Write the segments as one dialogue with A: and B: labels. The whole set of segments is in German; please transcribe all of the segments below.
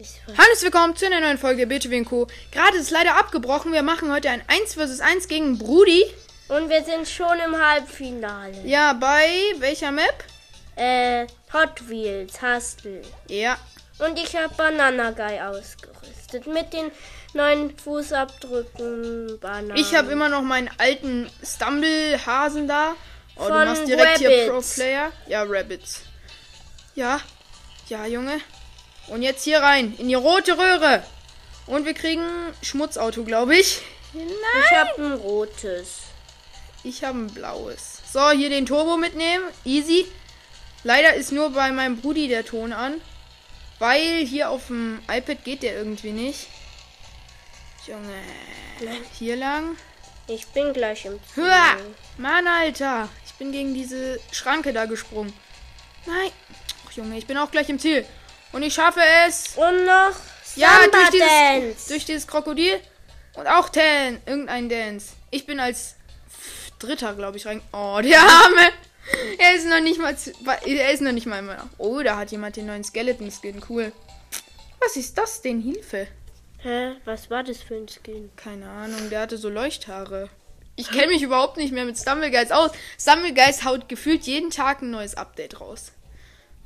A: Hallo und willkommen zu einer neuen Folge der Bildschirm Co. Gerade ist es leider abgebrochen. Wir machen heute ein 1 vs 1 gegen Brudi.
B: Und wir sind schon im Halbfinale.
A: Ja, bei welcher Map?
B: Äh, Hot Wheels, Hustle.
A: Ja.
B: Und ich habe Banana Guy ausgerüstet mit den neuen Fußabdrücken. Bananen.
A: Ich habe immer noch meinen alten Stumble-Hasen da. Oh,
B: Von
A: du machst direkt hier
B: Rabbits.
A: Pro-Player. Ja, Rabbits. Ja. Ja, Junge. Und jetzt hier rein, in die rote Röhre. Und wir kriegen Schmutzauto, glaube ich. Nein.
B: Ich habe ein rotes.
A: Ich habe ein blaues. So, hier den Turbo mitnehmen. Easy. Leider ist nur bei meinem Brudi der Ton an. Weil hier auf dem iPad geht der irgendwie nicht. Junge. Hier lang.
B: Ich bin gleich im Ziel.
A: Hua! Mann, Alter. Ich bin gegen diese Schranke da gesprungen. Nein. Ach, Junge, ich bin auch gleich im Ziel. Und ich schaffe es.
B: Und noch Samba
A: Ja, durch dieses,
B: Dance.
A: durch dieses Krokodil. Und auch Tan. Irgendein Dance. Ich bin als F- Dritter, glaube ich, rein. Oh, der Arme. Er ist noch nicht mal. zu- Er ist noch nicht mal. immer- Oh, da hat jemand den neuen Skeleton-Skin. Cool. Was ist das denn? Hilfe.
B: Hä? Was war das für ein Skin?
A: Keine Ahnung, der hatte so Leuchthaare. Ich kenne mich überhaupt nicht mehr mit Stumblegeist aus. Stumblegeist haut gefühlt jeden Tag ein neues Update raus.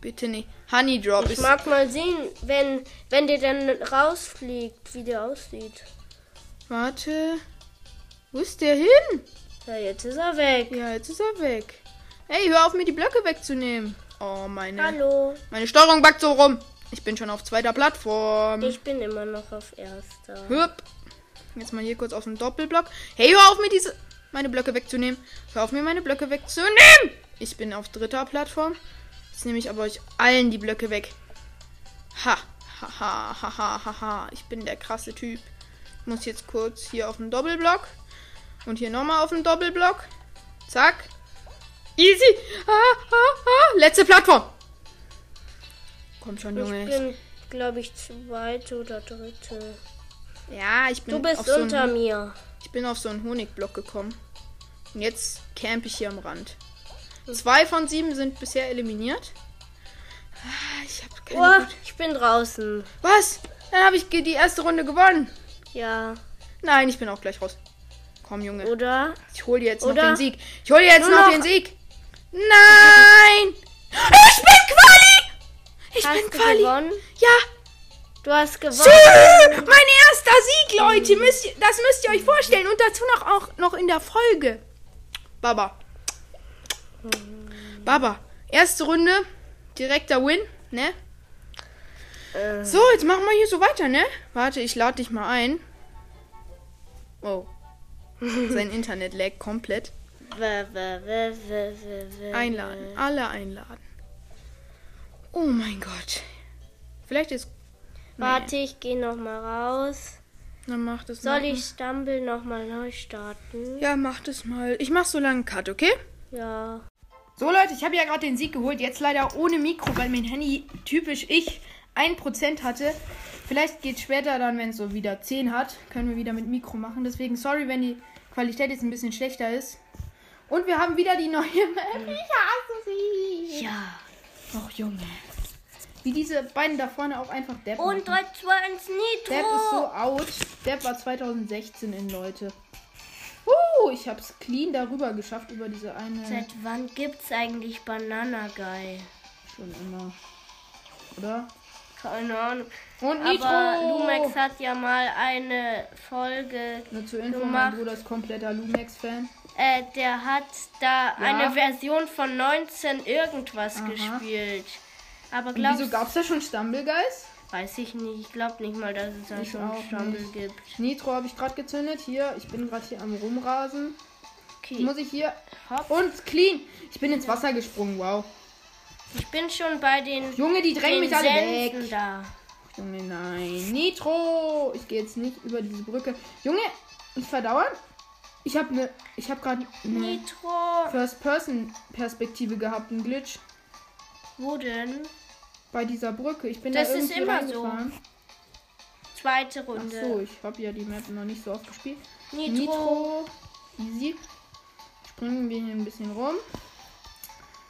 A: Bitte nicht. Honey Drop
B: Ich
A: ist.
B: mag mal sehen, wenn, wenn der dann rausfliegt, wie der aussieht.
A: Warte. Wo ist der hin?
B: Ja, jetzt ist er weg.
A: Ja, jetzt ist er weg. Hey, hör auf, mir die Blöcke wegzunehmen. Oh, meine.
B: Hallo.
A: Meine Steuerung backt so rum. Ich bin schon auf zweiter Plattform.
B: Ich bin immer noch auf erster.
A: Hüp. Jetzt mal hier kurz auf den Doppelblock. Hey, hör auf, mir diese. meine Blöcke wegzunehmen. Hör auf, mir meine Blöcke wegzunehmen. Ich bin auf dritter Plattform. Jetzt nehme ich aber euch allen die Blöcke weg. Ha. Ha, ha, ha, ha, ha, ha. Ich bin der krasse Typ. Ich muss jetzt kurz hier auf den Doppelblock. Und hier nochmal auf den Doppelblock. Zack. Easy. Ha, ha, ha. Letzte Plattform. Komm schon,
B: Ich
A: Junge.
B: bin, glaube ich, zweite oder dritte.
A: ja, ich bin
B: Du bist
A: auf so einem-
B: unter mir.
A: Ich bin auf so einen Honigblock gekommen. Und jetzt camp ich hier am Rand.
B: Hm.
A: Zwei von sieben sind bisher eliminiert. Ah, Ich habe keine.
B: Oh, ich bin draußen.
A: Was? Dann habe ich ge- die erste Runde gewonnen.
B: Ja.
A: Nein, ich bin auch gleich raus. Komm, Junge.
B: Oder?
A: Ich hole dir jetzt noch
B: Oder-
A: den Sieg. Ich hole dir jetzt
B: Nur
A: noch
B: noch-
A: den Sieg. Nein! Ich bin Quali! Ich
B: hast
A: bin
B: du
A: Quali.
B: gewonnen?
A: Ja,
B: Du hast gewonnen.
A: Tschüss! Mein erster Sieg, Leute. Müsst ihr, das müsst ihr euch vorstellen. Und dazu noch, auch noch in der Folge. Baba. Baba. Erste Runde. Direkter Win, ne?
B: Äh,
A: So, jetzt machen wir hier so weiter, ne? Warte, ich lade dich mal ein. Oh. Sein Internet lag komplett.
B: w- w- w- w- w- w- Äh.
A: Einladen. Alle einladen. Oh mein Gott. Vielleicht ist.
B: Warte, ich gehe nochmal raus.
A: Dann macht es
B: Soll
A: mal.
B: ich Stumble nochmal neu starten?
A: Ja, mach das mal. Ich mach so lange einen Cut, okay?
B: Ja.
A: So Leute, ich habe ja gerade den Sieg geholt. Jetzt leider ohne Mikro, weil mein Handy typisch ich 1% hatte. Vielleicht geht später dann, wenn es so wieder 10 hat, können wir wieder mit Mikro machen. Deswegen sorry, wenn die Qualität jetzt ein bisschen schlechter ist. Und wir haben wieder die neue Map. Ich hasse sie.
B: Ja.
A: Och Junge. Wie diese beiden da vorne auch einfach Depp. machen.
B: Und 3, 2, 1,
A: Depp ist so
B: Nitro.
A: out. Depp war 2016 in Leute. Uh, ich hab's clean darüber geschafft über diese eine.
B: Seit wann gibt's eigentlich Banana Guy?
A: Schon immer. Oder?
B: Keine Ahnung.
A: Und Nitro!
B: Aber Lumex hat ja mal eine Folge
A: Nur zur Info, mein
B: gemacht.
A: Bruder ist kompletter Lumex-Fan.
B: Äh, der hat da eine Version von 19 irgendwas gespielt. Aber
A: Und
B: glaubst
A: wieso gab's da schon Stumblegeist?
B: Weiß ich nicht. Ich glaube nicht mal, dass es da
A: Ich
B: schon
A: auch
B: Stumble
A: nicht.
B: gibt.
A: Nitro habe ich gerade gezündet. Hier, ich bin gerade hier am Rumrasen.
B: Okay.
A: Muss ich hier.
B: Hopp.
A: Und clean! Ich bin ins Wasser gesprungen, wow.
B: Ich bin schon bei den,
A: Junge, die drängen
B: den
A: mich alle
B: Sensen
A: weg.
B: da.
A: Junge, nein. Nitro! Ich gehe jetzt nicht über diese Brücke. Junge, ich verdauern? Ich habe ne. Ich habe gerade eine
B: Nitro.
A: First-Person-Perspektive gehabt, einen Glitch.
B: Wo denn?
A: Bei dieser Brücke. Ich bin
B: Das
A: da
B: ist
A: irgendwie
B: immer so.
A: reingefahren.
B: Zweite
A: Ach
B: Runde.
A: so, ich habe ja die Map noch nicht so oft gespielt.
B: äh, Nitro.
A: Nitro. Easy. Springen wir hier ein bisschen rum.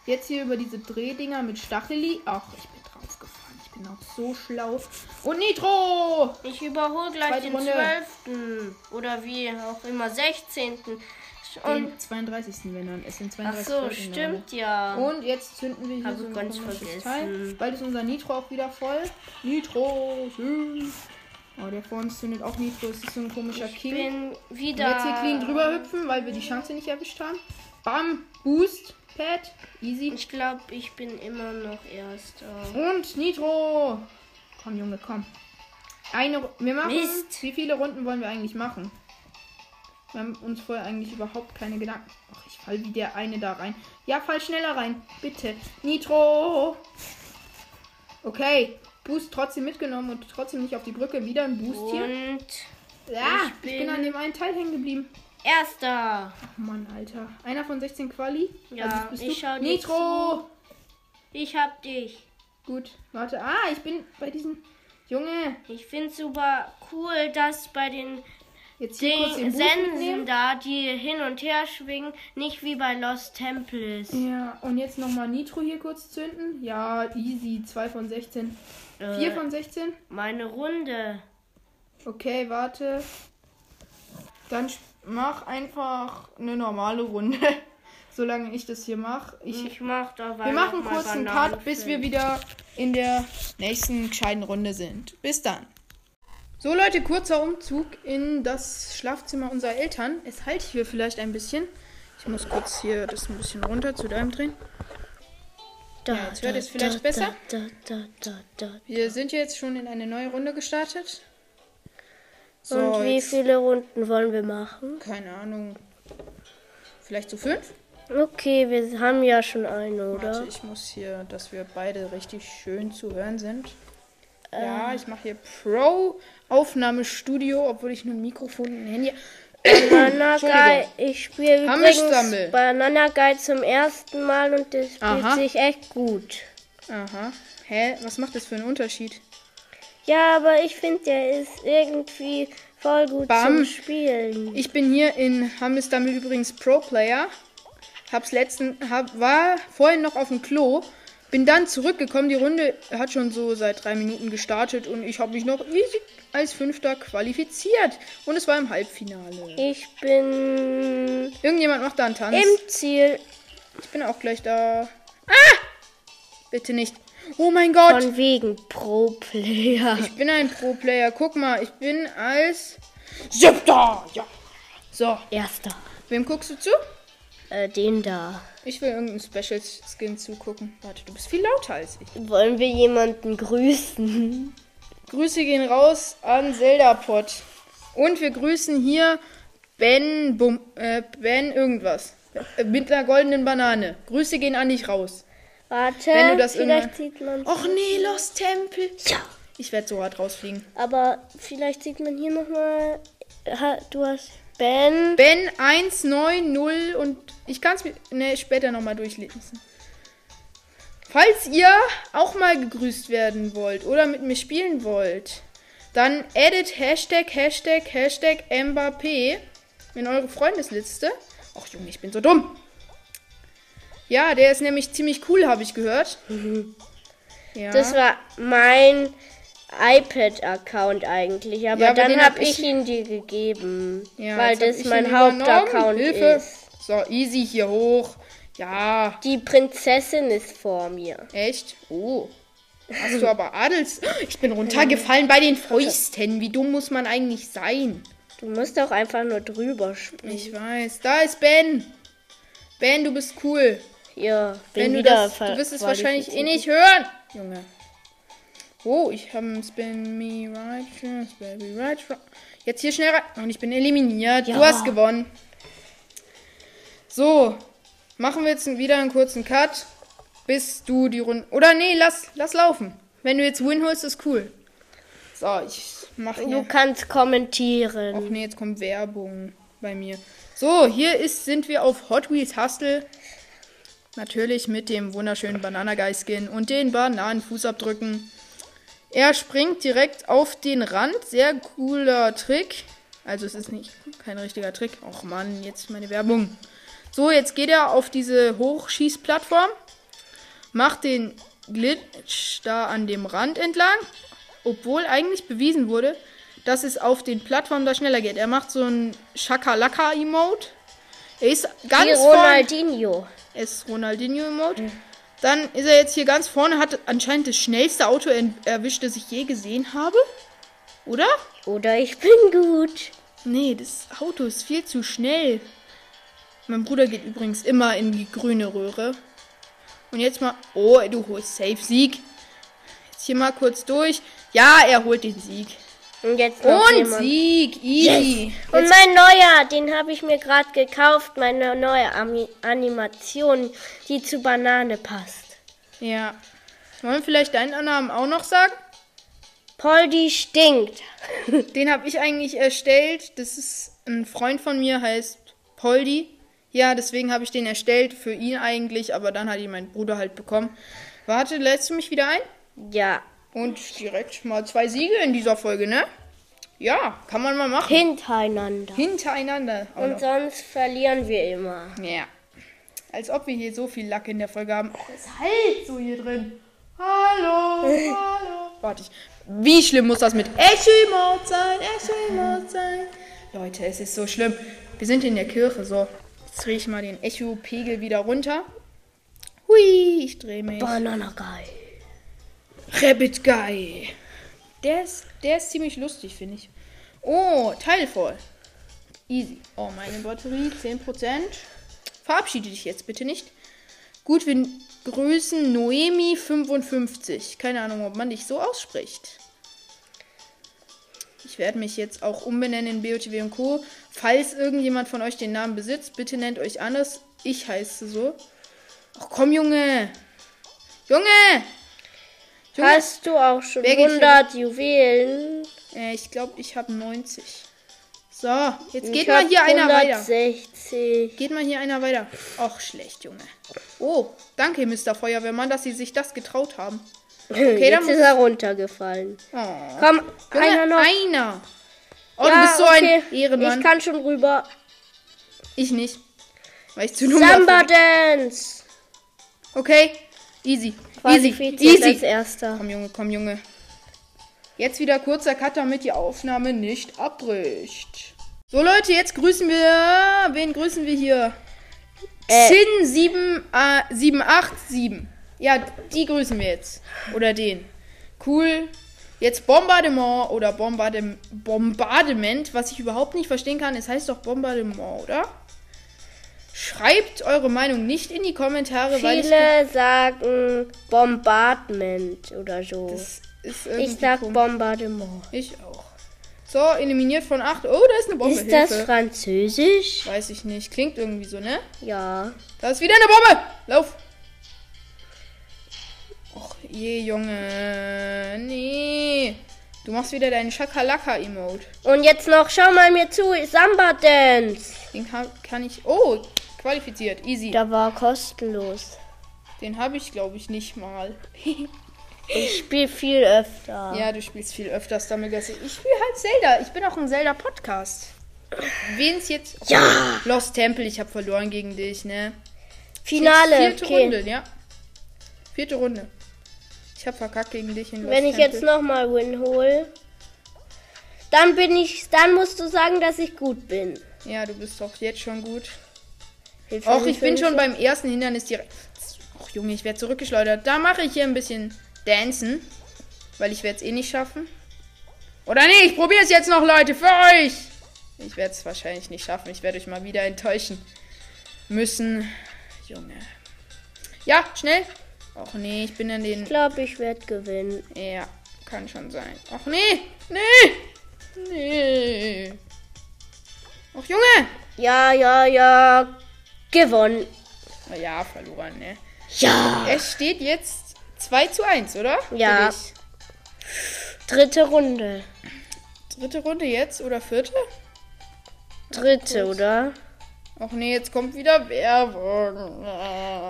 A: Jetzt hier über diese Drehdinger mit Stacheli. Ach, ich bin draufgefahren. Ich bin auch so schlau. Und Nitro!
B: Ich überhole gleich
A: Zweite
B: den
A: Runde.
B: 12. oder wie auch immer 16. Und
A: Den 32. wenn dann. Es sind
B: ach
A: 32
B: so,
A: Folgen dann.
B: stimmt ja.
A: Und jetzt zünden wir hier
B: Hab
A: so
B: ich
A: ein
B: ganz
A: komisches Teil.
B: vergessen.
A: Bald ist unser Nitro auch wieder voll. Nitro! schön. Oh, der vor uns zündet auch Nitro. Es ist so ein komischer
B: ich
A: King.
B: bin
A: Und
B: wieder
A: Jetzt hier clean drüber hüpfen, weil wir die Chance nicht erwischt haben. Bam! Boost! Pad! Easy.
B: Ich glaube, ich bin immer noch erster.
A: Und Nitro! Komm, Junge, komm. Eine, Ru- wir machen.
B: Mist.
A: Wie viele Runden wollen wir eigentlich machen? Wir haben uns vorher eigentlich überhaupt keine Gedanken. Ach, ich fall wie der eine da rein. Ja, fall schneller rein. Bitte. Nitro! Okay. Boost trotzdem mitgenommen und trotzdem nicht auf die Brücke. Wieder ein Boost hier.
B: Und
A: Ja,
B: ich
A: ich bin
B: bin-
A: an dem einen Teil hängen geblieben.
B: erster.
A: Mann, Alter. Einer von 16 Quali?
B: Ja,
A: das bist
B: ich
A: du.
B: schau dir
A: Nitro!
B: Ich hab dich.
A: Gut, warte. Ah, ich bin bei diesen. Junge,
B: Ich find's super cool, dass bei den
A: jetzt hier kurz
B: Ding
A: den Boost
B: Sensen
A: mitnehmen.
B: da, die hin und her schwingen, nicht wie bei Lost Temples.
A: Ja, und jetzt nochmal Nitro hier kurz zünden. Ja, easy. 2 von 16. 4
B: Äh,
A: von 16.
B: meine Runde.
A: Okay, warte. Dann sch- mach einfach eine normale Runde. Solange ich das hier mache. Ich,
B: Ich mach da
A: wir
B: weiter
A: machen
B: mal
A: kurz einen
B: Bananen
A: Cut, bis
B: füllen.
A: wir wieder in der nächsten gescheiten Runde sind. Bis dann. So Leute, kurzer Umzug in das Schlafzimmer unserer Eltern. Es halt hier vielleicht ein bisschen. Ich muss kurz hier das ein bisschen runter zu deinem drehen.
B: Da,
A: Ja, jetzt wird es vielleicht besser.
B: Da, da, da, da.
A: Wir sind jetzt schon in eine neue Runde gestartet. So,
B: Und wie
A: jetzt-
B: viele Runden wollen wir machen?
A: keine Ahnung. Vielleicht so fünf?
B: Okay, wir haben ja schon eine, oder?
A: Warte, ich muss hier, dass wir beide richtig schön zu hören sind. Ja, ich mache hier Pro-Aufnahmestudio, obwohl ich nur ein Mikrofon und ein Handy.
B: Banana Guy, ich spiele
A: Hammelstammel.
B: übrigens Banana Guy zum ersten Mal und das spielt
A: Aha.
B: sich echt gut.
A: Aha. Hä? Was macht das für einen Unterschied?
B: Ja, aber ich finde, der ist irgendwie voll gut
A: Bam.
B: zum Spielen.
A: Ich bin hier in Hammelstammel übrigens Pro-Player. Hab's letzten, hab, war vorhin noch auf dem Klo. Bin dann zurückgekommen. Die Runde hat schon so seit drei Minuten gestartet und ich habe mich noch easy als Fünfter qualifiziert. Und es war im Halbfinale.
B: Ich bin
A: Irgendjemand macht da einen Tanz.
B: im Ziel.
A: Ich bin auch gleich da. Ah! Bitte nicht. Oh mein Gott!
B: Von wegen Pro-Player.
A: Ich bin ein Pro-Player. Guck mal, ich bin als Siebter. Ja. So,
B: Erster.
A: wem guckst du zu?
B: Äh, den da.
A: Ich will irgendeinen Special Skin zugucken. Warte, du bist viel lauter als ich.
B: Wollen wir jemanden grüßen?
A: Grüße gehen raus an Zeldapod. Und wir grüßen hier Ben Bum, äh, Ben irgendwas. Äh, Mit einer goldenen Banane. Grüße gehen an dich raus.
B: Warte,
A: Wenn du das
B: vielleicht
A: immer-
B: sieht man.
A: Och nee, Lost Temple.
B: Tja.
A: Ich werde so hart rausfliegen.
B: Aber vielleicht sieht man hier nochmal. Du hast Ben.
A: Ben 190 und ich kann es mir ne, später nochmal durchlesen. Falls ihr auch mal gegrüßt werden wollt oder mit mir spielen wollt, dann edit Hashtag, Hashtag, Hashtag Mbappé in eure Freundesliste. Ach Junge, ich bin so dumm. Ja, der ist nämlich ziemlich cool, habe ich gehört. Ja.
B: Das war mein iPad-Account eigentlich, aber,
A: Ja, aber
B: dann
A: den
B: habe
A: hab
B: ich
A: ich-
B: ihn dir gegeben,
A: ja,
B: weil
A: jetzt hab
B: das
A: ich
B: mein
A: ihn übernommen.
B: Hauptaccount
A: Hilfe.
B: ist.
A: So, easy hier hoch. Ja.
B: Die Prinzessin ist vor mir.
A: Echt? Oh. Hast du aber Adels. Ich bin runtergefallen bei den Fäusten. Wie dumm muss man eigentlich sein?
B: Du musst doch einfach nur drüber springen.
A: Ich weiß. Da ist Ben. Ben, du bist cool.
B: Ja, bin
A: Wenn du
B: wieder
A: das. Du wirst es
B: ver-
A: wahrscheinlich eh
B: qualifiziert.
A: nicht hören. Junge. Oh, ich habe Spin Me Right, round, Spin Me Right. round. Jetzt hier schnell rein. Und ich bin eliminiert.
B: Ja.
A: Du hast gewonnen. So. Machen wir jetzt wieder einen kurzen Cut. Bis du die Runde. Oder nee, lass, lass laufen. Wenn du jetzt Win holst, ist cool. So, ich mache hier.
B: Du kannst kommentieren.
A: Och nee, jetzt kommt Werbung bei mir. So, hier ist, sind wir auf Hot Wheels Hustle. Natürlich mit dem wunderschönen Banana Guy Skin und den Bananenfußabdrücken. Er springt direkt auf den Rand. Sehr cooler Trick. Also es ist nicht kein richtiger Trick. Och Mann, jetzt meine Werbung. So, jetzt geht er auf diese Hochschießplattform, macht den Glitch da an dem Rand entlang, obwohl eigentlich bewiesen wurde, dass es auf den Plattformen da schneller geht. Er macht so ein Schakalaka-Emote. Er ist
B: Wie
A: ganz vorne.
B: Ronaldinho.
A: Er ist Ronaldinho-Emote. Dann ist er jetzt hier ganz vorne, hat anscheinend das schnellste Auto en- erwischt, das ich je gesehen habe. Oder?
B: Oder ich bin gut.
A: Nee, das Auto ist viel zu schnell. Mein Bruder geht übrigens immer in die grüne Röhre. Und jetzt mal. Oh, du holst Safe Sieg. Jetzt hier mal kurz durch. Ja, er holt den Sieg.
B: Und jetzt noch
A: Und
B: jemand.
A: Sieg. Easy.
B: Und mein neuer, den habe ich mir gerade gekauft, meine neue Ami Animation, die zu Banane passt.
A: Ja. Wollen wir vielleicht deinen Namen auch noch sagen?
B: Poldi stinkt.
A: Den habe ich eigentlich erstellt. Das ist ein Freund von mir, heißt Poldi. Ja, deswegen habe ich den erstellt für ihn eigentlich, aber dann hat ihn mein Bruder halt bekommen. Warte, lädst du mich wieder ein?
B: Ja.
A: Und direkt mal zwei Siege in dieser Folge, ne? Ja, kann man mal machen.
B: Hintereinander.
A: Hintereinander. Auch
B: Und
A: noch.
B: sonst verlieren wir immer.
A: Ja. Als ob wir hier so viel Lack in der Folge haben. Es halt so hier drin. Hallo, hallo. Warte ich. Wie schlimm muss das mit Eschimod sein? Eschimod sein. Leute, es ist so schlimm. Wir sind in der Kirche, so. Jetzt drehe ich mal den Echo-Pegel wieder runter. Hui, ich drehe mich.
B: Banana geil.
A: Rabbit Guy. Der ist, der ist ziemlich lustig, finde ich. Oh, teilvoll. Easy. Oh, meine Batterie, 10%. Verabschiede dich jetzt bitte nicht. Gut, wir grüßen Noemi55. Keine Ahnung, ob man dich so ausspricht. Ich werde mich jetzt auch umbenennen in BOTW und Co. Falls irgendjemand von euch den Namen besitzt, bitte nennt euch anders. Ich heiße so. Ach komm, Junge. Junge! Junge!
B: Hast du auch schon
A: Wer geht
B: 100 Juwelen?
A: Äh, ich glaube, ich habe 90. So, jetzt geht
B: Ich
A: mal
B: hab
A: hier einer weiter.
B: 160.
A: Geht mal hier einer weiter. Och, schlecht, Junge. Oh, danke, Mr. Feuerwehrmann, dass Sie sich das getraut haben.
B: Okay,
A: dann
B: jetzt
A: muss-
B: ist er runtergefallen.
A: Oh.
B: Komm,
A: Junge,
B: einer noch.
A: einer. Oh,
B: Ja,
A: du bist so
B: okay.
A: ein Ehrenmann.
B: Ich
A: Ich,
B: kann schon rüber.
A: nicht. Weil ich zu dumm
B: Samba
A: bin.
B: Dance.
A: Okay, easy. Easy,
B: Qualifiziert als
A: easy.
B: erster.
A: Komm, Junge, komm, Junge. Jetzt wieder kurzer Cut, damit die Aufnahme nicht abbricht. So, Leute, jetzt grüßen wir. Wen grüßen wir hier? äh,
B: Äh.
A: Xin787. ja, die grüßen wir jetzt. Oder den. Cool. Jetzt Bombardement oder Bombardem Bombardement, was ich überhaupt nicht verstehen kann. Es heißt doch Bombardement, oder? Schreibt eure Meinung nicht in die Kommentare, weil ich.
B: Viele sagen Bombardment oder so.
A: Das ist irgendwie
B: ich sag
A: komisch.
B: Bombardement.
A: Ich auch. So, eliminiert von 8. Oh, da ist eine Bombe.
B: Ist das
A: Hilfe.
B: Französisch?
A: Weiß ich nicht. Klingt irgendwie so, ne?
B: Ja.
A: Da ist wieder eine Bombe. Lauf. Och je, Junge. Nee. Du machst wieder deinen Shakalaka-Emote.
B: Und jetzt noch, schau mal mir zu, Samba Dance.
A: Den kann, kann ich. Oh, qualifiziert. Easy.
B: Da war kostenlos.
A: Den habe ich, glaube ich, nicht mal.
B: Ich spiel viel öfter.
A: Ja, du spielst viel öfters damit. dass Ich ich spiele halt Zelda. Ich bin auch ein Zelda-Podcast. Wen's jetzt.
B: Ja.
A: Lost Temple, ich habe verloren gegen dich, ne?
B: Finale.
A: Vierte
B: okay.
A: Runde, ja. Vierte Runde. Ich hab verkackt gegen dich in Lost
B: Wenn ich jetzt
A: Temple.
B: nochmal Win hole, dann bin ich, dann musst du sagen, dass ich gut bin.
A: Ja, du bist doch jetzt schon gut.
B: Hilfe,
A: Och, ich
B: Hilfe,
A: bin
B: Hilfe.
A: schon beim ersten Hindernis direkt. Och, Junge, ich werde zurückgeschleudert. Da mache ich hier ein bisschen Dancen. Weil ich werde es eh nicht schaffen. Oder nee, ich probiere es jetzt noch, Leute, für euch. Ich werde es wahrscheinlich nicht schaffen. Ich werde euch mal wieder enttäuschen müssen. Junge. Ja, schnell. Och nee, ich bin in den
B: Ich glaube, ich werde gewinnen.
A: Ja, kann schon sein. Ach nee, nee, nee. Ach Junge.
B: Ja, ja, ja. Gewonnen.
A: Na ja, verloren, ne?
B: Ja.
A: Es steht jetzt 2 zu 1, oder?
B: Ja.
A: Für dich.
B: Dritte Runde.
A: Dritte Runde jetzt oder vierte?
B: Dritte, oder?
A: Ach nee, jetzt kommt wieder Werbung.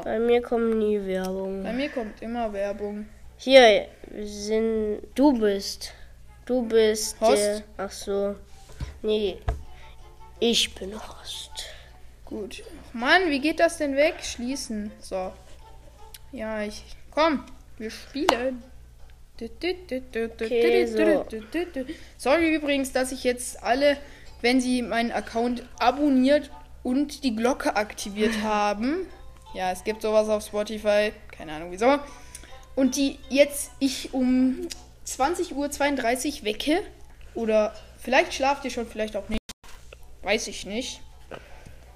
B: Bei mir kommt nie Werbung.
A: Bei mir kommt immer Werbung.
B: Hier sind. Du bist. Du bist.
A: Horst?
B: Der, ach so. Nee. Ich bin Horst.
A: Gut. Ach Mann, wie geht das denn weg? Schließen. So. Ja, ich. Komm. Wir spielen. Du, du, du, du, du,
B: Okay,
A: du, du, du, du, du, du. Sorry übrigens, dass ich jetzt alle, wenn sie meinen Account abonniert und die Glocke aktiviert haben. Ja, es gibt sowas auf Spotify. Keine Ahnung wieso. Und die jetzt ich um 20.32 Uhr wecke. Oder vielleicht schlaft ihr schon, vielleicht auch nicht. Weiß ich nicht.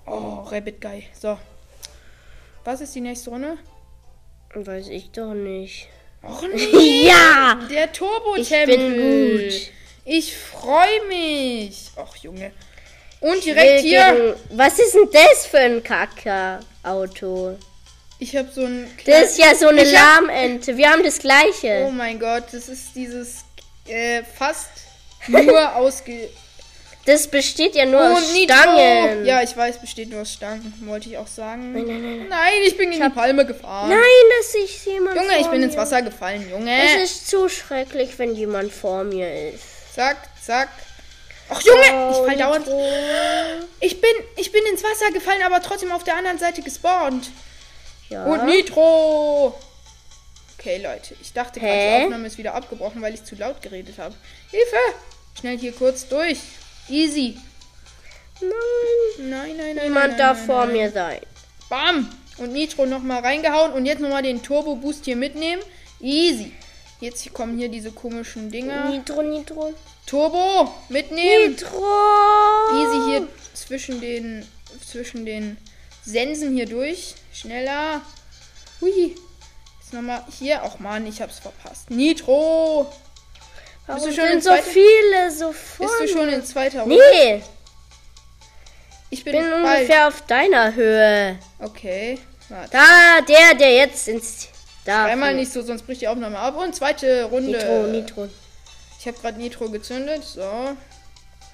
A: Oh, Rabbit Guy. So. Was ist die nächste Runde?
B: Weiß ich doch nicht.
A: Och nee.
B: Ja!
A: Der
B: Ich
A: Turbo-Tempel.
B: bin gut.
A: Ich freue mich. Och, Junge. Und direkt
B: Will
A: hier.
B: gegen- Was ist denn das für ein Kaka-Auto?
A: Ich habe so ein.
B: Das ist ja so eine
A: Ich hab-
B: Lahmente. Wir haben das
A: Oh
B: gleiche.
A: mein Gott, das ist dieses äh, fast nur ausge.
B: Das besteht ja nur aus
A: Und Oh. Nitro.
B: Stangen.
A: Ja, ich weiß, besteht nur aus Stangen. Wollte ich auch sagen.
B: Nein, nein, nein.
A: Nein, ich bin gegen die Palme gefahren.
B: Nein, dass ich jemand.
A: Junge,
B: vor
A: ich bin
B: mir.
A: ins Wasser Äh. gefallen,
B: Es
A: Junge.
B: ist zu schrecklich, wenn jemand vor mir ist.
A: Zack, zack. Ach, Junge, ich
B: Oh,
A: fall dauernd.
B: Nitro.
A: Ich bin, ich bin ins Wasser gefallen, aber trotzdem auf der anderen Seite gespawnt.
B: Ja.
A: Und Nitro! Okay, Leute, ich dachte gerade, die
B: Hä?
A: Aufnahme ist wieder abgebrochen, weil ich zu laut geredet habe. Hilfe! Schnell hier kurz durch. Easy.
B: Nein.
A: Nein, nein, nein. nein,
B: Niemand darf
A: nein,
B: vor
A: nein.
B: mir sein.
A: Bam! Und Nitro nochmal reingehauen und jetzt nochmal den Turbo Boost hier mitnehmen. Easy. Jetzt kommen hier diese komischen Dinger.
B: Nitro, Nitro.
A: Turbo mitnehmen.
B: Nitro.
A: Easy hier zwischen den zwischen den Sensen hier durch. Schneller. Hui. Jetzt nochmal hier. Auch Mann, ich hab's verpasst. Nitro!
B: Warum
A: Bist du schon in
B: sind so
A: zweiter-
B: viele so vor
A: Bist du schon in zweiter Runde?
B: Nee, ich
A: Ich bin,
B: bin
A: bald.
B: ungefähr auf deiner Höhe.
A: Okay. Warte.
B: Da, der, der jetzt ins. Da.
A: Einmal nicht so, sonst bricht die Aufnahme ab. Und zweite Runde.
B: Nitro, Nitro.
A: Ich habe gerade Nitro gezündet. So.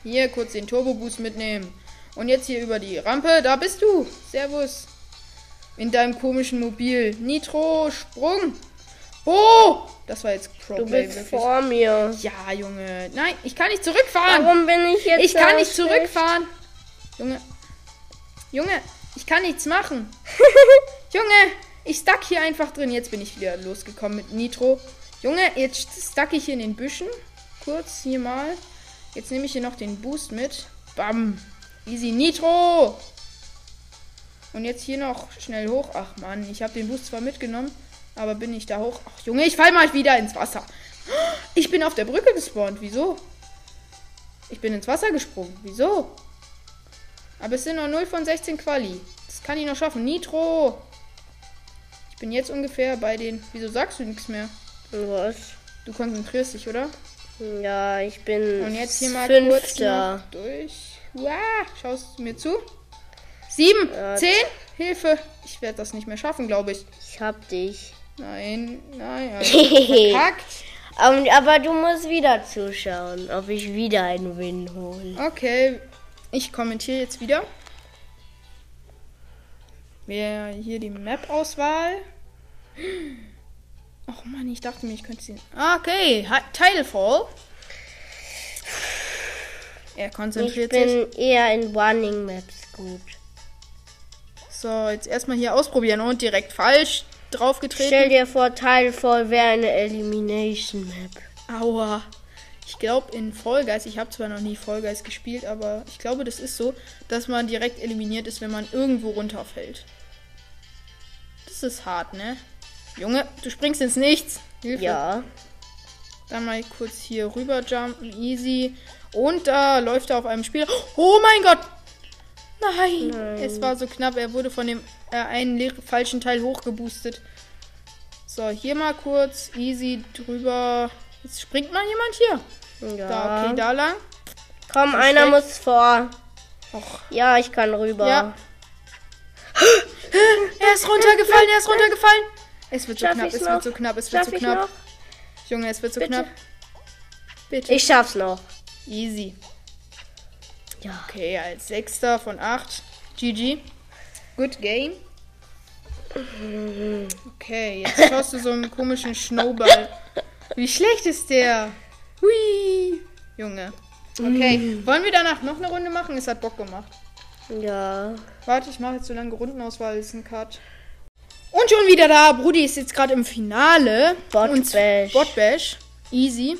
A: Hier kurz den Turbo Boost mitnehmen. Und jetzt hier über die Rampe. Da bist du. Servus. In deinem komischen Mobil. Nitro, Sprung. Bo! Das war jetzt Pro
B: Du
A: Play
B: bist
A: wirklich.
B: vor mir.
A: Ja, Junge. Nein, ich kann nicht zurückfahren.
B: Warum bin ich jetzt
A: Ich kann
B: so
A: nicht
B: schlecht?
A: zurückfahren. Junge. Junge, ich kann nichts machen. Junge, ich stuck hier einfach drin. Jetzt bin ich wieder losgekommen mit Nitro. Junge, jetzt stuck ich hier in den Büschen. Kurz hier mal. Jetzt nehme ich hier noch den Boost mit. Bam. Easy Nitro. Und jetzt hier noch schnell hoch. Ach Mann, ich habe den Boost zwar mitgenommen, aber bin ich da hoch. Ach Junge, ich fall mal wieder ins Wasser. Ich bin auf der Brücke gespawnt. Wieso? Ich bin ins Wasser gesprungen. Wieso? Aber es sind noch 0 von 16 Quali. Das kann ich noch schaffen. Nitro! Ich bin jetzt ungefähr bei den. Wieso sagst du nichts mehr?
B: Was?
A: Du konzentrierst dich, oder?
B: Ja, ich bin.
A: Und jetzt hier mal kurz noch
B: Fünfter.
A: durch. Uah, schaust du mir zu? Sieben,
B: Ja.
A: zehn, Hilfe! Ich werde das nicht mehr schaffen, glaube ich.
B: Ich hab dich.
A: Nein, nein, also verkackt.
B: Ähm, aber du musst wieder zuschauen, ob ich wieder einen Win hole.
A: Okay, ich kommentiere jetzt wieder. Wer hier die Map-Auswahl. Och Mann, ich dachte mir, ich könnte sie. Ah, Okay, Ha- Tilefall. Er
B: Ich
A: konzentriert sich.
B: bin eher in Warning Maps gut.
A: So, jetzt erstmal hier ausprobieren und direkt falsch
B: Stell
A: draufgetreten.
B: dir vor, Teilfall wäre eine Elimination Map.
A: Aua. Ich glaube in Fall Guys, ich habe zwar noch nie Fall Guys gespielt, aber ich glaube, das ist so, dass man direkt eliminiert ist, wenn man irgendwo runterfällt. Das ist hart, ne? Junge, du springst ins Nichts. Hilfe.
B: Ja.
A: Dann mal kurz hier rüber jumpen, easy. Und da läuft er auf einem Spiel. Oh mein Gott! Nein, es war so knapp. Er wurde von dem äh, einen le- falschen Teil hochgeboostet. So, hier mal kurz, easy drüber. Jetzt springt mal jemand hier.
B: ja.
A: Da, okay, da lang.
B: Komm, einer muss vor.
A: Och,
B: Ja, ich kann rüber.
A: Ja. er ist runtergefallen, er ist runtergefallen. Es wird so
B: Schaff
A: knapp,
B: ich's
A: es
B: noch?
A: wird so knapp, es wird
B: Schaff
A: so
B: ich
A: knapp.
B: noch?
A: Junge, es wird so
B: Bitte.
A: knapp. Bitte.
B: Ich schaff's noch.
A: easy.
B: Ja.
A: Okay, als Sechster von acht. GG. Good game. Okay, jetzt schaust du so einen komischen Snowball. Wie schlecht ist der? Hui. Junge. Okay,
B: Mm.
A: wollen wir danach noch eine Runde machen? Es hat Bock gemacht.
B: Ja.
A: Warte, ich mache jetzt so lange Rundenauswahl, ist ein Cut. Und schon wieder da. Brudi ist jetzt gerade im Finale.
B: Bot
A: Und-
B: Bash.
A: Bot Bash. Easy.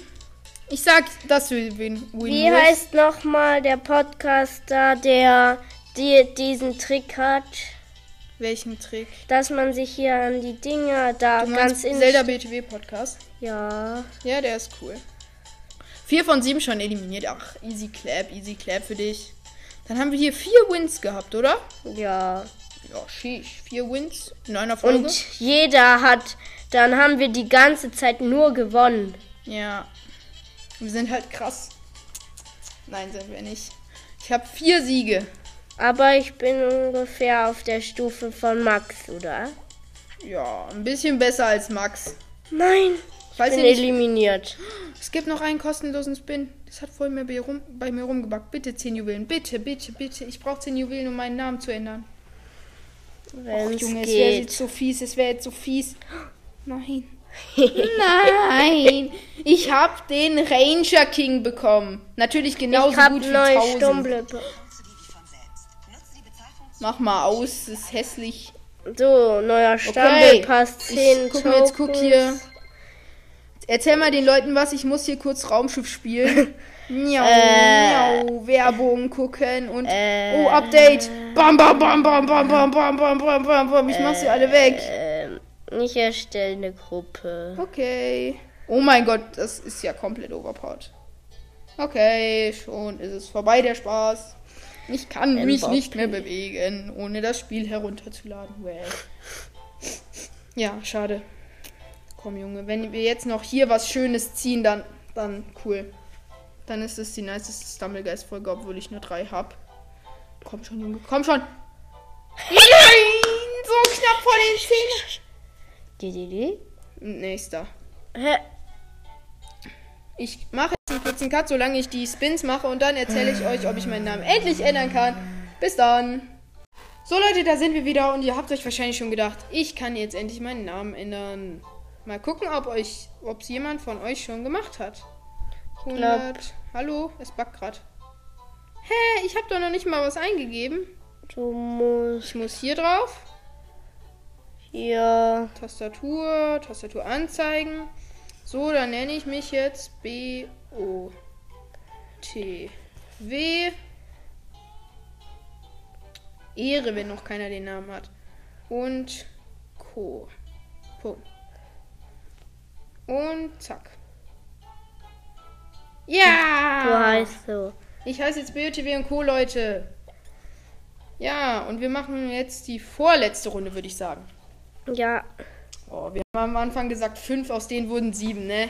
A: Ich sag, dass du win win
B: Wie heißt nochmal der Podcaster, der die, diesen Trick hat,
A: Welchen Trick?
B: dass man sich hier an die Dinger da
A: Du
B: ganz
A: meinst
B: in.
A: Zelda BTW Podcast.
B: Ja.
A: Ja, der ist cool. Vier von sieben schon eliminiert. Ach, easy clap, easy clap für dich. Dann haben wir hier vier Wins gehabt, oder?
B: Ja.
A: Ja, sheesh. Vier Wins in einer Folge.
B: Und jeder hat. Dann haben wir die ganze Zeit nur gewonnen.
A: Ja. Wir sind halt krass. Nein, sind wir nicht. Ich habe vier Siege.
B: Aber ich bin ungefähr auf der Stufe von Max, oder?
A: Ja, ein bisschen besser als Max.
B: Nein. Ich
A: Falls
B: bin
A: ihr nicht,
B: eliminiert.
A: es gibt noch einen kostenlosen Spin. Das hat vorhin mir bei, rum, bei mir rumgebackt. Bitte 10 Juwelen. Bitte, bitte, bitte. Ich brauche 10 Juwelen, um meinen Namen zu ändern. Och,
B: Wenn es
A: Junge, es wäre jetzt
B: geht.
A: so fies. Es wäre jetzt so fies. Nein. Nein. Ich habe den Ranger King bekommen. Natürlich
B: Ich
A: genauso
B: hab
A: gut wie
B: neue
A: 1000.
B: Stumble.
A: Mach mal aus. Das ist hässlich.
B: So, neuer
A: Okay,
B: Stapel passt 10
A: ich guck mir jetzt, guck
B: Tokens.
A: hier. Erzähl mal den Leuten was, ich muss hier kurz Raumschiff spielen. miau, miau, Werbung gucken und
B: Äh.
A: oh Update. Bam bam bam bam bam bam bam bam bam bam bam. Ich mach sie alle weg.
B: Ähm, ich erstelle eine Gruppe.
A: Okay. Oh mein Gott, das ist ja komplett overpowered. Okay, schon ist es vorbei der Spaß. Ich kann mich
B: Mbappé.
A: nicht mehr bewegen, ohne das Spiel herunterzuladen. Well. Ja, schade. Komm, Junge, wenn wir jetzt noch hier was Schönes ziehen, dann, dann cool. Dann ist es die niceste Stumblegeist-Folge, obwohl ich nur drei hab. Komm schon, Junge, komm schon! Nein! So knapp vor den Zähnen!
B: Die, die, die.
A: Nächster.
B: Hä?
A: Ich mache jetzt einen kurzen Cut, solange ich die Spins mache und dann erzähle ich euch, ob ich meinen Namen endlich ändern kann. Bis dann. So Leute, da sind wir wieder und ihr habt euch wahrscheinlich schon gedacht, ich kann jetzt endlich meinen Namen ändern. Mal gucken, ob euch, ob es jemand von euch schon gemacht hat. 100. Hallo, es backt gerade. Hä, ich habe doch noch nicht mal was eingegeben.
B: Du musst
A: Ich muss hier drauf.
B: hier.
A: Tastatur, Tastatur anzeigen. So, dann nenne ich mich jetzt B O T W Ehre, wenn noch keiner den Namen hat. Und Co. Punkt. Und zack.
B: Du
A: Ja!
B: heißt so.
A: Ich heiße jetzt BOTW und Co. Leute. Ja, und wir machen jetzt die vorletzte Runde, würde ich sagen.
B: Ja.
A: Oh, wir haben am Anfang gesagt, fünf, aus denen wurden sieben, ne?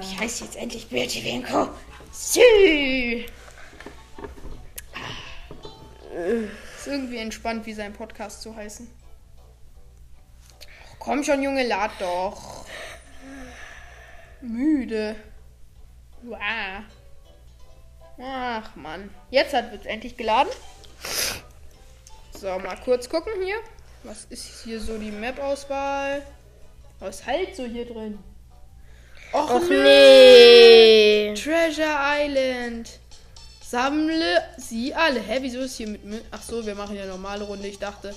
A: ich heiße jetzt endlich Beauty Winko. Sü! Ist irgendwie entspannt, wie sein Podcast zu heißen. Komm schon, Junge, lad doch. Müde. Wow. Ach, Mann. Jetzt hat es endlich geladen. So, mal kurz gucken hier. Was ist hier so die Map-Auswahl? Was halt so hier drin? Och,
B: Och
A: nö.
B: nee.
A: Treasure Island. Sammle sie alle. Hä, wieso ist hier mit Mü- Ach so, wir machen ja normale Runde, ich dachte.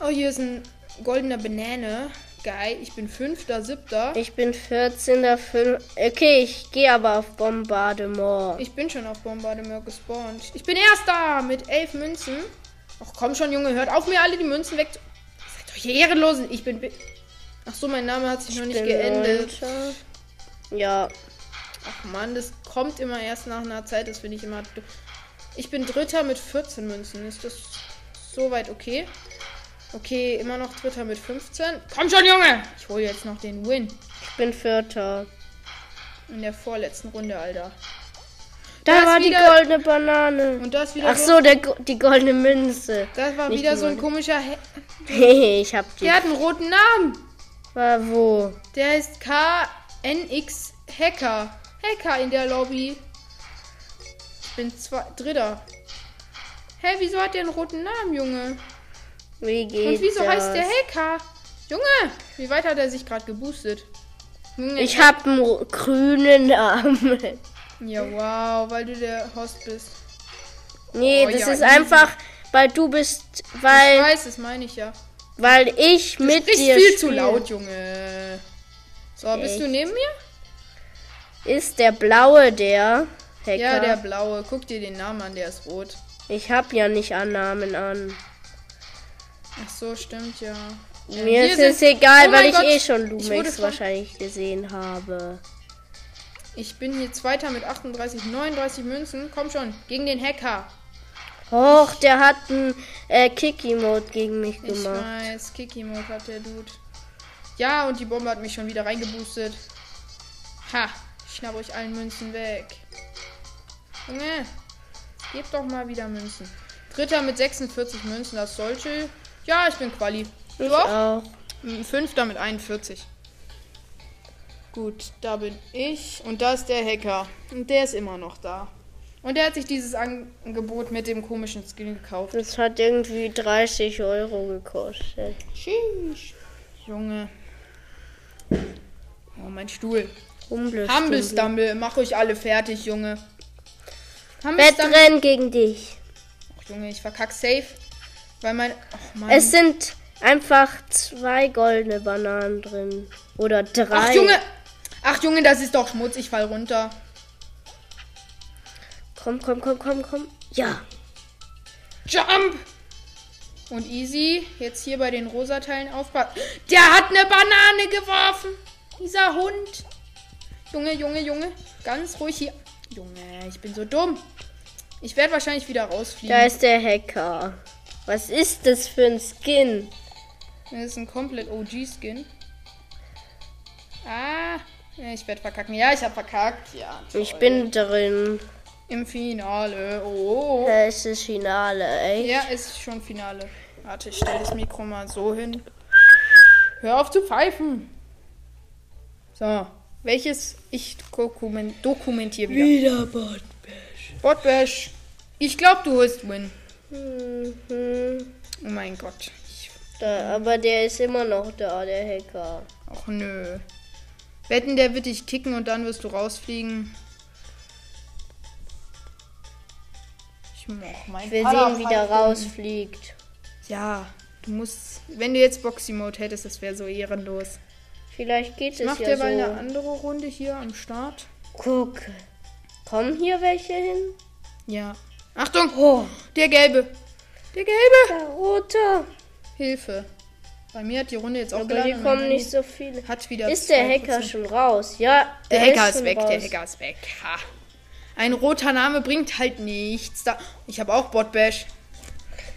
A: Oh, hier ist ein goldener Banane. Geil, ich bin fünfter, siebter.
B: Ich bin 14. fünf- Okay, ich gehe aber auf Bombardement.
A: Ich bin schon auf Bombardement gespawnt. Ich bin erster mit elf Münzen. Ach komm schon, Junge, hört auf mir alle die Münzen weg. Seid doch ihr Ehrenlosen. Ich bin. bi- Ach so, mein Name hat sich noch nicht
B: Bin
A: geändert.
B: neunter. Ja.
A: Ach Mann, das kommt immer erst nach einer Zeit, das finde ich immer. doof. Ich bin Dritter mit 14 Münzen. Ist das soweit okay? Okay, immer noch Dritter mit 15. Komm schon, Junge! Ich hole jetzt noch den Win
B: Ich bin Vierter.
A: in der vorletzten Runde, Alter.
B: Da
A: ist
B: war die
A: wieder-
B: goldene Banane.
A: Und das wieder
B: Ach
A: so.
B: so, der, Go- die goldene Münze.
A: Das war
B: Nicht
A: wieder
B: die
A: so ein
B: Goldene.
A: komischer. He
B: Hehe, ich hab die.
A: Der hat einen roten Namen.
B: War wo?
A: Der heißt KNX Hacker. Hacker in der Lobby. Ich bin zwei, Dritter. Hä, wieso hat der einen roten Namen, Junge?
B: Wie geht
A: Und wieso
B: das?
A: heißt der Hacker? Junge, wie weit hat er sich gerade geboostet? Junge,
B: Ich hab einen ro- grünen Namen.
A: ja, wow, weil du der Host bist.
B: Nee,
A: Oh,
B: das
A: ja,
B: ist
A: easy.
B: einfach, weil du bist,
A: Ich
B: weil,
A: weiß, das meine ich ja.
B: Weil ich mit
A: Sprichst
B: dir
A: viel zu
B: spiele.
A: laut, Junge. So, bist du
B: Echt?
A: neben mir?
B: Ist der blaue der Hacker?
A: Ja, der blaue. Guck dir den Namen an, der ist rot.
B: Ich hab ja nicht Annahmen an.
A: Ach so, stimmt ja. Äh,
B: Mir
A: hier
B: ist es
A: sind-
B: egal,
A: Oh
B: weil
A: mein
B: ich
A: Gott,
B: eh schon
A: ich
B: Lumix
A: wurde von-
B: wahrscheinlich gesehen habe.
A: Ich bin hier Zweiter mit 38, 39 Münzen. Komm schon, gegen den Hacker.
B: Och, der hat einen äh, Kick-Emote gegen mich
A: Ich
B: gemacht.
A: weiß, Kiki Mode hat der Dude. Ja, und die Bombe hat mich schon wieder reingeboostet. Ha, ich schnapp euch allen Münzen weg. Junge, gebt doch mal wieder Münzen. Dritter mit 46 Münzen, das sollte. Ja, ich bin Quali. Du auch?
B: Auch.
A: Mm, Fünfter mit 41. Gut, da bin ich. Und da ist der Hacker. Und der ist immer noch da. Und der hat sich dieses Angebot mit dem komischen Skin gekauft.
B: Das hat irgendwie 30 Euro gekostet.
A: Tschüss. Junge. Oh, mein Stuhl.
B: Humble
A: Humble Stumble, mach euch alle fertig, Junge. Humble Stumble.
B: Wettrennen gegen dich.
A: Ach, Junge, ich verkack safe. Weil mein. Ach, Mann.
B: Es sind einfach zwei goldene Bananen drin. Oder drei.
A: Ach, Junge. Ach, Junge, das ist doch Schmutz. Ich fall runter.
B: Komm, komm, komm, komm, komm. Ja.
A: Mhm. Jump! Und easy. Jetzt hier bei den Rosateilen aufpassen. Der hat eine Banane geworfen. Dieser Hund. Junge, Junge, Junge. Ganz ruhig hier. Junge, ich bin so dumm. Ich werde wahrscheinlich wieder rausfliegen.
B: Da ist der Hacker. Was ist das für ein Skin?
A: Das ist ein komplett OG-Skin. Ah, ja, ich werde verkacken. Ja, ich habe verkackt. Ja,
B: Ich bin drin.
A: im Finale. Oh.
B: Da ist das Finale, ey.
A: Ja, ist schon Finale. Warte, ich stelle das Mikro mal so hin. Hör auf zu pfeifen. So, welches ich dokument dokumentiere wieder.
B: Wieder Botbash.
A: Botbash. Ich glaube, du holst Win.
B: Mhm.
A: Oh mein Gott. Ich,
B: Da, aber der ist immer noch da, der Hacker.
A: ach nö. Wetten, der wird dich kicken und dann wirst du rausfliegen. Ich mach mein
B: Ich will sehen, wie der rausfliegt.
A: Ja, du musst. Wenn du jetzt Boxy-Mode hättest, das wäre so ehrenlos.
B: Vielleicht geht es
A: Macht
B: ja
A: ihr
B: so.
A: mal eine andere Runde hier am Start?
B: Guck. Kommen hier welche hin?
A: Ja. Achtung! Oh, Der gelbe! Der gelbe!
B: Der rote.
A: Hilfe! Bei mir hat die Runde jetzt auch
B: Aber hier
A: geladen.
B: kommen nicht so viele.
A: Hat wieder
B: Ist der
A: 2%.
B: Hacker schon raus? Ja.
A: Der Hacker ist
B: schon
A: weg, der
B: raus.
A: Hacker ist weg. Ha. Ein roter Name bringt halt nichts. Da ich habe auch Botbash.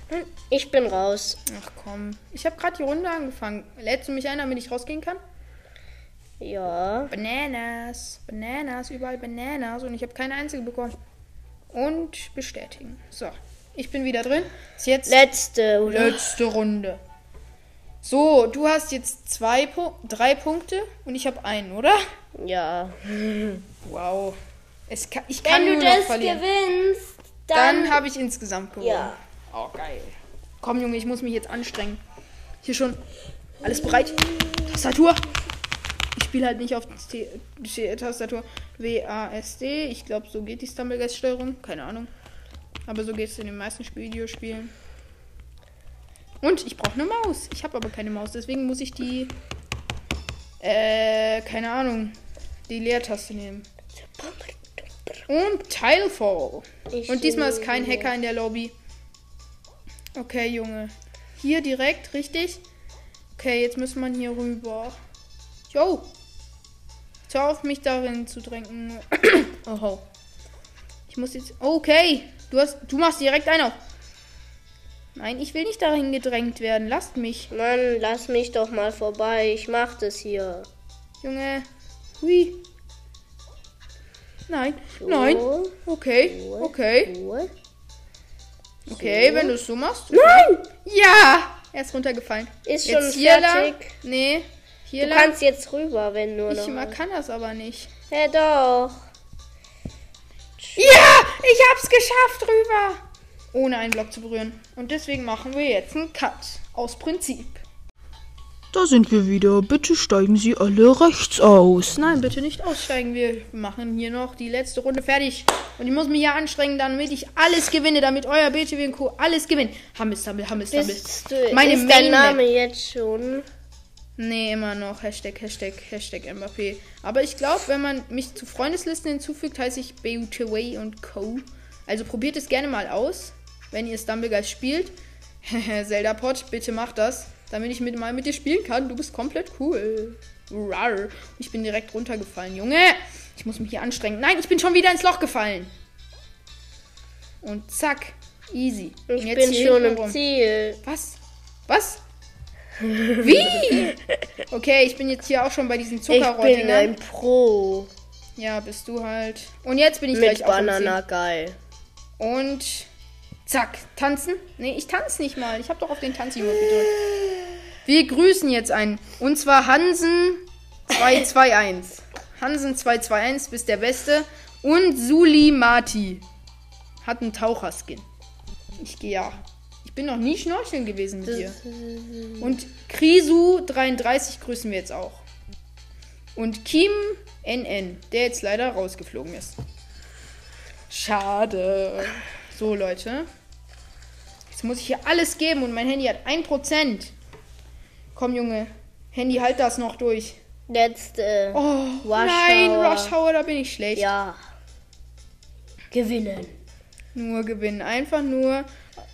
B: Hm, Ich bin raus.
A: Ach komm. Ich habe gerade die Runde angefangen. Lädst du mich ein, damit ich rausgehen kann?
B: Ja.
A: Bananas, Bananas, überall Bananas und ich habe keine einzige bekommen. Und bestätigen. So, ich bin wieder drin. Ist jetzt
B: Letzte, oder?
A: letzte Runde. So, du hast jetzt zwei Pu drei Punkte und ich habe einen, oder?
B: Ja.
A: Wow. Es kann, ich kann
B: Wenn du
A: nur noch
B: das
A: verlieren.
B: gewinnst, dann,
A: Dann habe ich insgesamt gewonnen.
B: Ja.
A: Oh, geil. Komm, Junge, ich muss mich jetzt anstrengen. Hier schon. Alles bereit? Tastatur. Ich spiele halt nicht auf T T Tastatur WASD. Ich glaube, so geht die Stumbleguest-Steuerung. Keine Ahnung. Aber so geht es in den meisten Spiel- Videospielen. Und ich brauche eine Maus. Ich habe aber keine Maus. Deswegen muss ich die. Äh, keine Ahnung. Die Leertaste nehmen. Oh Und Tilefall.
B: Ich
A: Und diesmal ist
B: liebe
A: kein Hacker in der Lobby. Okay, Junge. Hier direkt, richtig? Okay, jetzt müssen wir hier rüber. Jo. Jetzt Hör auf, mich darin zu drängen. Oho. Ich muss jetzt. Okay. Du, hast, du machst direkt einen auf. Nein, ich will nicht darin gedrängt werden. Lasst mich.
B: Mann, lass mich doch mal vorbei. Ich mach das hier.
A: Junge. Hui. Nein. Nein. Okay.
B: so,
A: Okay.
B: so.
A: Okay, wenn du es so machst. Nein! Ja! Er ist runtergefallen.
B: Ist schon
A: Jetzt hier lang?
B: fertig.
A: Nee. Hier
B: Du
A: lang.
B: kannst jetzt rüber, wenn nur
A: Ich
B: noch.
A: man kann das aber nicht.
B: Ja, doch.
A: Ja! Ich hab's geschafft rüber! Ohne einen Block zu berühren. Und deswegen machen wir jetzt einen Cut. Aus Prinzip.
C: Da sind wir wieder. Bitte steigen Sie alle rechts aus.
A: Nein, bitte nicht aussteigen. Wir machen hier noch die letzte Runde fertig. Und ich muss mich hier anstrengen, damit ich alles gewinne, damit euer BTW und Co. alles gewinnt. Hammelstumble, Hammelstumble.
B: Bist du,
A: Meine
B: ist dein
A: Main Map.
B: Name jetzt schon?
A: Nee, immer noch. Hashtag, Hashtag, Hashtag Mbappé. Aber ich glaube, wenn man mich zu Freundeslisten hinzufügt, heiße ich BUTW und Co. Also probiert es gerne mal aus, wenn ihr Stumbleguys spielt. Zelda Pot, bitte macht das, damit ich mit mal mit dir spielen kann. Du bist komplett cool. Rar. Ich bin direkt runtergefallen, Junge. Ich muss mich hier anstrengen. Nein, ich bin schon wieder ins Loch gefallen. Und zack. Easy. Und
B: Ich
A: jetzt
B: bin
A: hier
B: schon
A: hinten
B: im Ziel.
A: was? Was? Wie? Okay, ich bin jetzt hier auch schon bei diesen
B: Ich bin
A: Zuckerrohrdinger.
B: ein Pro
A: Ja, bist du halt. Und jetzt bin ich
B: mit
A: gleich auch im
B: Banana geil.
A: Ziel. Und zack, tanzen? Nee, ich tanze nicht mal. Ich habe doch auf den Tanzjubel gedrückt. Wir grüßen jetzt einen. Und zwar Hansen 221. Hansen 221 bist der Beste. Und Suli Mati hat einen Taucherskin. Ich gehe ja. Ich bin noch nie schnorcheln gewesen mit dir. Und Krisu33 grüßen wir jetzt auch. Und Kim NN, der jetzt leider rausgeflogen ist. Schade. So, Leute. Jetzt muss ich hier alles geben und mein Handy hat 1%. Komm, Junge. Handy, halt das noch durch.
B: Letzte.
A: Oh,
B: Rush
A: nein,
B: Hour.
A: Rush Hour, da bin ich schlecht.
B: Ja. Gewinnen.
A: Nur gewinnen. Einfach nur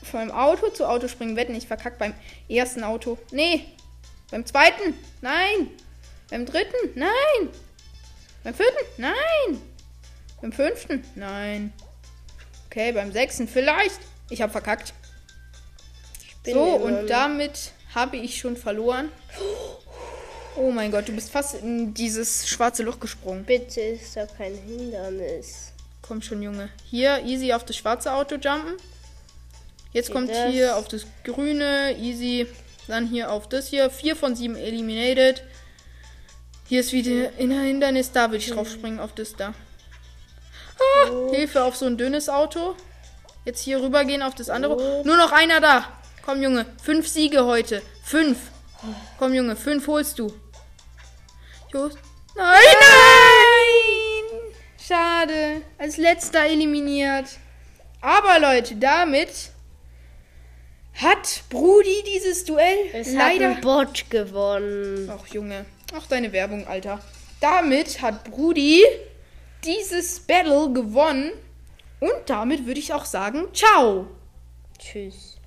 A: vom Auto zu Auto springen. Wetten, ich verkack beim ersten Auto. Nee. Beim zweiten? Nein. Beim dritten? Nein. Beim vierten? Nein. Beim fünften? Nein. Okay, beim sechsten vielleicht. Ich habe verkackt.
B: bin
A: so,
B: immer noch-
A: und damit habe ich schon verloren. Oh mein Gott, du bist fast in dieses schwarze Loch gesprungen.
B: Bitte ist da kein Hindernis.
A: Komm schon, Junge. Hier, easy auf das schwarze Auto jumpen. Jetzt kommt
B: das?
A: hier auf das grüne, easy. Dann hier auf das hier. 4 von 7 eliminated. Hier ist wieder ein Hindernis. Da will ich drauf springen, auf das da. Ah, Hilfe auf so ein dünnes Auto. Jetzt hier rüber gehen auf das andere. Nur noch einer da. Komm, Junge. Fünf Siege heute. Fünf. Komm, Junge. Fünf holst du. Just. Nein, nein! Schade. Als letzter eliminiert. Aber Leute, damit hat Brudi dieses Duell
B: Es
A: leider.
B: hat ein Bot gewonnen.
A: Ach Junge, ach deine Werbung, Alter. Damit hat Brudi dieses Battle gewonnen. Und damit würde ich auch sagen, ciao.
B: Tschüss.